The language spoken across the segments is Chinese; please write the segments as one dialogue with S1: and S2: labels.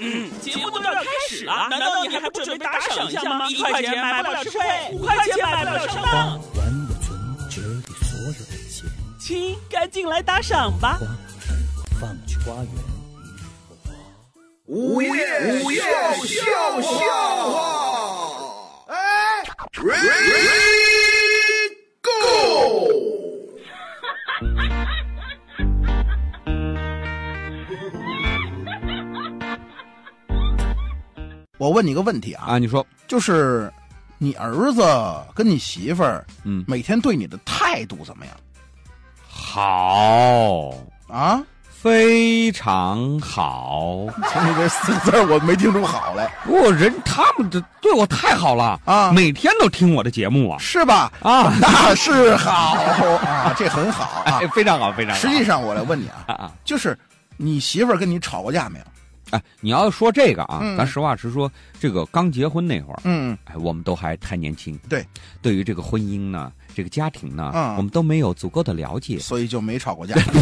S1: 嗯，节目都要开始了，难道你还不准备打赏一下吗？一块钱买不了吃亏，五块钱买不了上
S2: 花
S1: 当。
S2: 完我存折里所有的钱，
S1: 亲，赶紧来打赏吧！
S2: 花儿我放去花园。
S3: 午夜笑笑笑话，哎，Ready Go！
S4: 我问你个问题啊，
S5: 啊，你说，
S4: 就是你儿子跟你媳妇儿
S5: 嗯，
S4: 每天对你的态度怎么样
S5: 好，
S4: 啊？
S5: 非常好。
S4: 从你这四个字儿我没听出 好来，
S5: 不过人他们这对我太好了
S4: 啊
S5: 每天都听我的节目啊
S4: 是吧？
S5: 啊，
S4: 那是好啊，这很好啊
S5: 哎。，非常好，非常好。
S4: 实际上，我来问你啊，
S5: 啊啊，
S4: 就是你媳妇儿跟你吵过架没有？
S5: 哎，你要说这个啊，
S4: 嗯
S5: 咱实话实说，这个刚结婚那会儿，
S4: 嗯，
S5: 哎，我们都还太年轻，
S4: 对，
S5: 对于这个婚姻呢，这个家庭呢，
S4: 嗯
S5: 我们都没有足够的了解。
S4: 所以就没吵过架
S5: 这这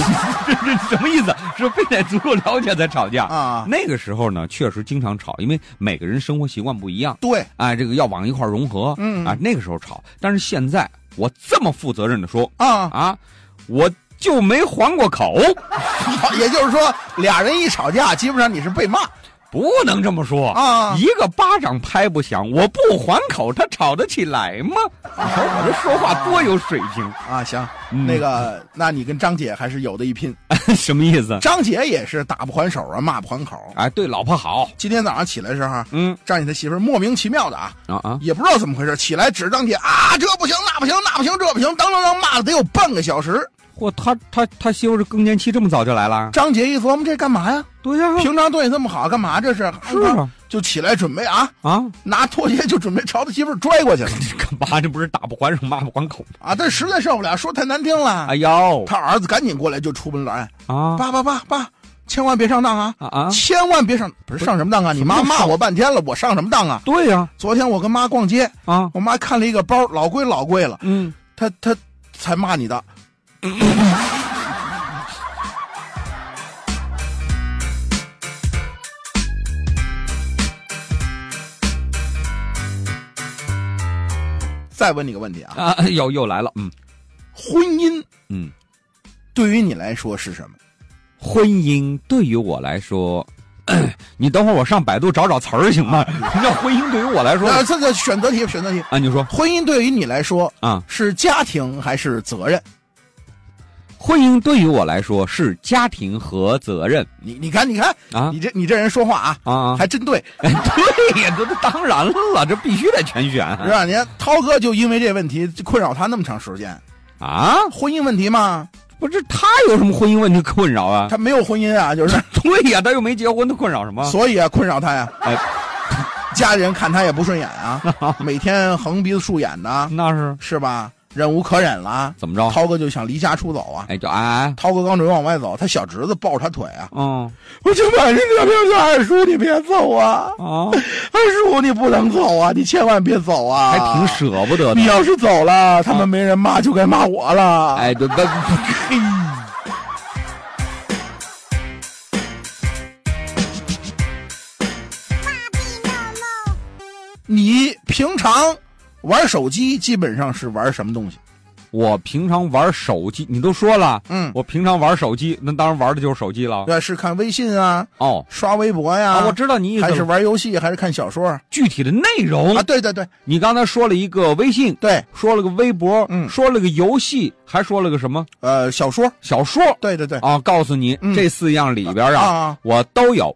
S5: 什么意思？是非得足够了解才吵架？
S4: 啊。
S5: 那个时候呢，确实经常吵，因为每个人生活习惯不一样，
S4: 对，
S5: 哎，这个要往一块儿融合，
S4: 嗯
S5: 啊，那个时候吵。但是现在，我这么负责任的说
S4: 啊，
S5: 啊，我就没还过口，
S4: 也就是说，俩人一吵架，基本上你是被骂
S5: 不能这么说
S4: 啊
S5: 一个巴掌拍不响，我不还口，他吵得起来吗？我这说话多有水平，
S4: 啊。行，
S5: 嗯
S4: 那个，那你跟张姐还是有的一拼。
S5: 什么意思？
S4: 张姐也是打不还手啊，骂不还口。
S5: 哎，对老婆好，
S4: 今天早上起来的时候，
S5: 嗯
S4: 张姐她媳妇儿莫名其妙的啊，
S5: 啊啊，
S4: 也不知道怎么回事，起来指着张姐啊，这不行，那不行，那不行，这不行，当当当骂了得有半个小时。
S5: 嚯，他他他媳妇这更年期这么早就来了？
S4: 张姐一琢磨，这干嘛呀？
S5: 对呀、
S4: 平常对你这么好，干嘛这是？
S5: 啊是啊
S4: 就起来准备啊，
S5: 啊，
S4: 拿拖鞋就准备朝他媳妇儿拽过去了
S5: 这 干嘛？这不是打不还手，骂不还口吗？
S4: 啊！但实在受不了，说太难听了，
S5: 哎呦
S4: 他儿子赶紧过来就出门来，
S5: 啊
S4: 爸爸爸爸，千万别上当啊！
S5: 啊啊！
S4: 千万别上，不是上什么当啊！你妈骂我半天了，我上什么当啊？
S5: 对呀
S4: 昨天我跟妈逛街，
S5: 啊
S4: 我妈看了一个包，老贵老贵了，
S5: 嗯，
S4: 她她才骂你的。 再问你个问题啊，
S5: 啊， 又又来了，嗯
S4: 婚姻
S5: 嗯，
S4: 对于你来说是什么？
S5: 婚姻对于我来说。 你等会儿，我上百度找找词儿行吗？ 你知道婚姻对于我来说
S4: 那啊这个选择题，选择题，
S5: 啊，你说
S4: 婚姻对于你来说
S5: 啊，
S4: 是家庭还是责任？
S5: 婚姻对于我来说是家庭和责任
S4: 你你看，你看，
S5: 啊
S4: 你这你这人说话啊，
S5: 啊啊！
S4: 还真对，
S5: 哎 对呀，这这当然了，这必须得全选
S4: 是吧？你看涛哥就因为这问题困扰他那么长时间，
S5: 啊！
S4: 婚姻问题嘛，
S5: 不是他有什么婚姻问题困扰啊？
S4: 他没有婚姻啊，就是，
S5: 对呀，他又没结婚，他困扰什么？
S4: 所以啊，困扰他呀。
S5: 哎
S4: 家里人看他也不顺眼 啊，每天横鼻子竖眼的，
S5: 那是
S4: 是吧？忍无可忍了，
S5: 怎么着？
S4: 涛哥就想离家出走啊。
S5: 哦哎，就哎哎，
S4: 涛哥刚准备往外走，他小侄子抱着他腿啊，
S5: 嗯
S4: 我就把这个病叫二叔，你别走啊！
S5: 啊，
S4: 二叔，你不能走啊，你千万别走啊！
S5: 还挺舍不得的
S4: 你。要是走了，他们没人骂，就该骂我了。
S5: 哎，对不不，嘿，
S4: 你平常玩手机基本上是玩什么东西？
S5: 我平常玩手机，你都说了，
S4: 嗯，
S5: 我平常玩手机，那当然玩的就是手机了。
S4: 对，是看微信啊，
S5: 哦，
S4: 刷微博呀、
S5: 啊，我知道你意思
S4: 还是
S5: 了。
S4: 玩游啊戏，还是看小说啊？
S5: 具体的内容，
S4: 对对对
S5: 你刚才说了一个微信，
S4: 对，
S5: 说了个微博，
S4: 嗯
S5: 说了个游戏，还说了个什么
S4: 呃，小说，
S5: 小说
S4: 对对对，
S5: 啊？告诉你，
S4: 嗯
S5: 这四样里边
S4: 啊
S5: 啊，
S4: 啊
S5: 我都有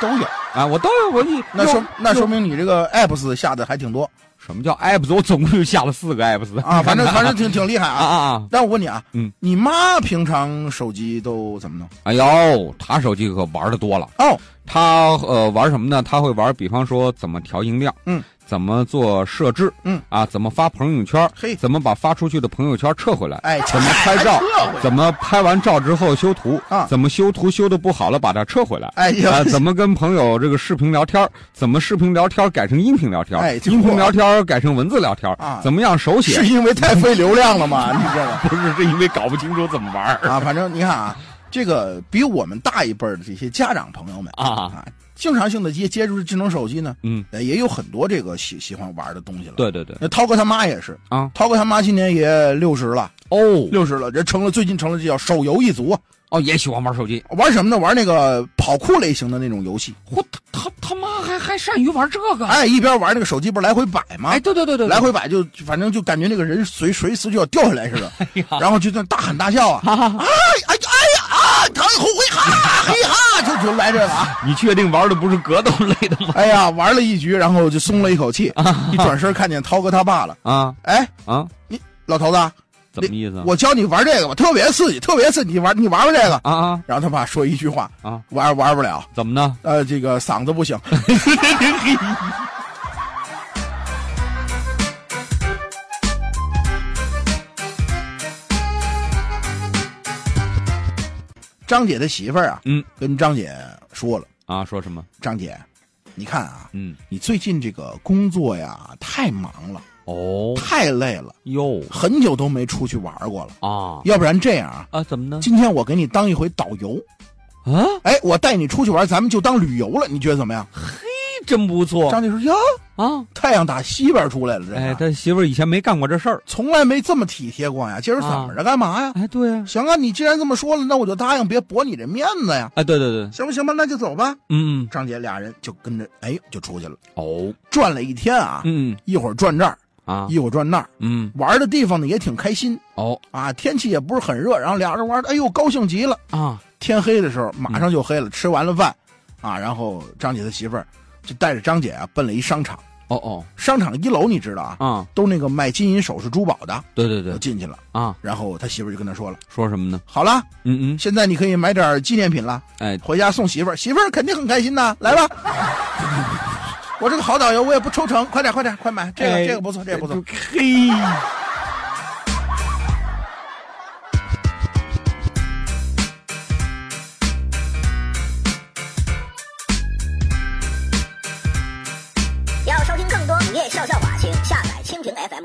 S4: 都有。
S5: 啊，我都有。我一
S4: 那说
S5: 又
S4: 那
S5: 又
S4: 说明你这个 apps 下的还 挺多
S5: 什么叫 apps？我总共就下了四个 apps
S4: 啊，反正
S5: 你看
S4: 反正挺挺厉害
S5: 啊
S4: 啊。
S5: 啊啊！
S4: 但我问你啊，
S5: 嗯，
S4: 你妈平常手机都怎么弄？
S5: 哎呦，他手机可玩的多了。
S4: 哦，
S5: 他呃玩什么呢？他会玩，比方说怎么调音量，
S4: 嗯，
S5: 怎么做设置，
S4: 嗯
S5: 啊，怎么发朋友圈，
S4: 嘿
S5: 怎么把发出去的朋友圈撤回来，
S4: 哎，
S5: 怎么拍照啊
S4: 还这回，
S5: 怎么拍完照之后修图，
S4: 啊
S5: 怎么修图修的不好了把它撤回来，
S4: 哎呦
S5: 啊，怎么跟朋友这个视频聊天，怎么视频聊天改成音频聊天，
S4: 哎这
S5: 音频
S4: 货
S5: 聊天改成文字聊天，
S4: 啊
S5: 怎么样手写
S4: 是因为太费流量了吗？你这 个
S5: 不是，是因为搞不清楚怎么玩儿
S4: 啊，反正你看啊，这个比我们大一辈儿的这些家长朋友们
S5: 啊，
S4: 啊，经常性的接接触智能手机呢，
S5: 嗯，
S4: 呃也有很多这个喜喜欢玩的东西了。，
S5: 对对对，
S4: 那涛哥他妈也是
S5: 啊
S4: 涛哥他妈今年也六十了，
S5: 哦
S4: 六十了，这成了最近成了这叫手游一族啊，
S5: 哦，也喜欢玩手机。
S4: 玩什么呢？玩那个跑酷类型的那种游戏。
S5: 嚯，他他他妈还还善于玩这个？
S4: 哎，一边玩那个手机不是来回摆吗？
S5: 啊哎，对对对对，对
S4: 来回摆就反正就感觉那个人随随时就要掉下来似的，
S5: 哎
S4: 然后就在那大喊大叫啊啊哎哎呀啊，唐虎嘿哈嘿哈，就就来这个啊！
S5: 你确定玩的不是格斗类的 吗？
S4: 哎呀，玩了一局，然后就松了一口气，一转身看见涛哥他爸了，
S5: 啊
S4: 哎，
S5: 啊，
S4: 老头子，
S5: 怎么意思啊？
S4: 我教你玩这个吧，特别刺激，特别刺激，你玩你玩玩这个。
S5: 啊啊
S4: 然后他爸说一句话，
S5: 啊，
S4: 玩玩不了，
S5: 怎么呢？
S4: 呃，这个嗓子不 行。张姐的媳妇儿啊，
S5: 嗯
S4: 跟张姐说了，
S5: 啊，说什么？
S4: 张姐，你看啊，
S5: 嗯
S4: 你最近这个工作呀太忙了，
S5: 哦
S4: 太累了，
S5: 哟
S4: 很久都没出去玩过了。
S5: 啊
S4: 要不然这样啊，
S5: 啊，怎么呢？
S4: 今天我给你当一回导游，
S5: 啊，
S4: 哎，我带你出去玩，咱们就当旅游了，你觉得怎么样？
S5: 真不错
S4: 张姐说哟，
S5: 啊！
S4: 太阳打西边出来了，这、啊
S5: 哎，他媳妇儿以前没干过这事儿。
S4: 从来没这么体贴过呀。
S5: 啊
S4: 今儿怎么着？干嘛呀？
S5: 哎，对啊，
S4: 行啊，你既然这么说了，那我就答应，别驳你这面子呀。
S5: 哎，对对对，
S4: 行不行吧？那就走吧。
S5: 嗯，
S4: 张姐俩人就跟着，哎，就出去了，
S5: 哦，
S4: 转了一天啊，
S5: 嗯
S4: 一会儿转这儿，
S5: 啊，
S4: 一会儿转那儿，
S5: 嗯，
S4: 玩的地方呢也挺开心
S5: 哦
S4: 啊，天气也不是很热，然后俩人玩的，哎呦，高兴极了。
S5: 啊，
S4: 天黑的时候，马上就黑
S5: 嗯
S4: 了，吃完了饭，啊，然后张姐的媳妇儿就带着张姐啊奔了一商场，
S5: 哦哦
S4: 商场一楼你知道啊，
S5: 啊，
S4: 都那个卖金银首饰珠宝的，
S5: 对对
S4: 就
S5: 对
S4: 进去了。
S5: 啊，
S4: 然后他媳妇儿就跟他说了。
S5: 说什么呢？
S4: 好了，
S5: 嗯嗯，
S4: 现在你可以买点纪念品了，
S5: 哎，
S4: 回家送媳妇儿，媳妇儿肯定很开心呐。 来吧，我这个好导游，我也不抽成，快点，快点，快买这个，
S5: 哎
S4: 这个不错，这个不错。
S5: 嘿，
S6: 要收听更多午夜笑笑话，请下载蜻蜓 FM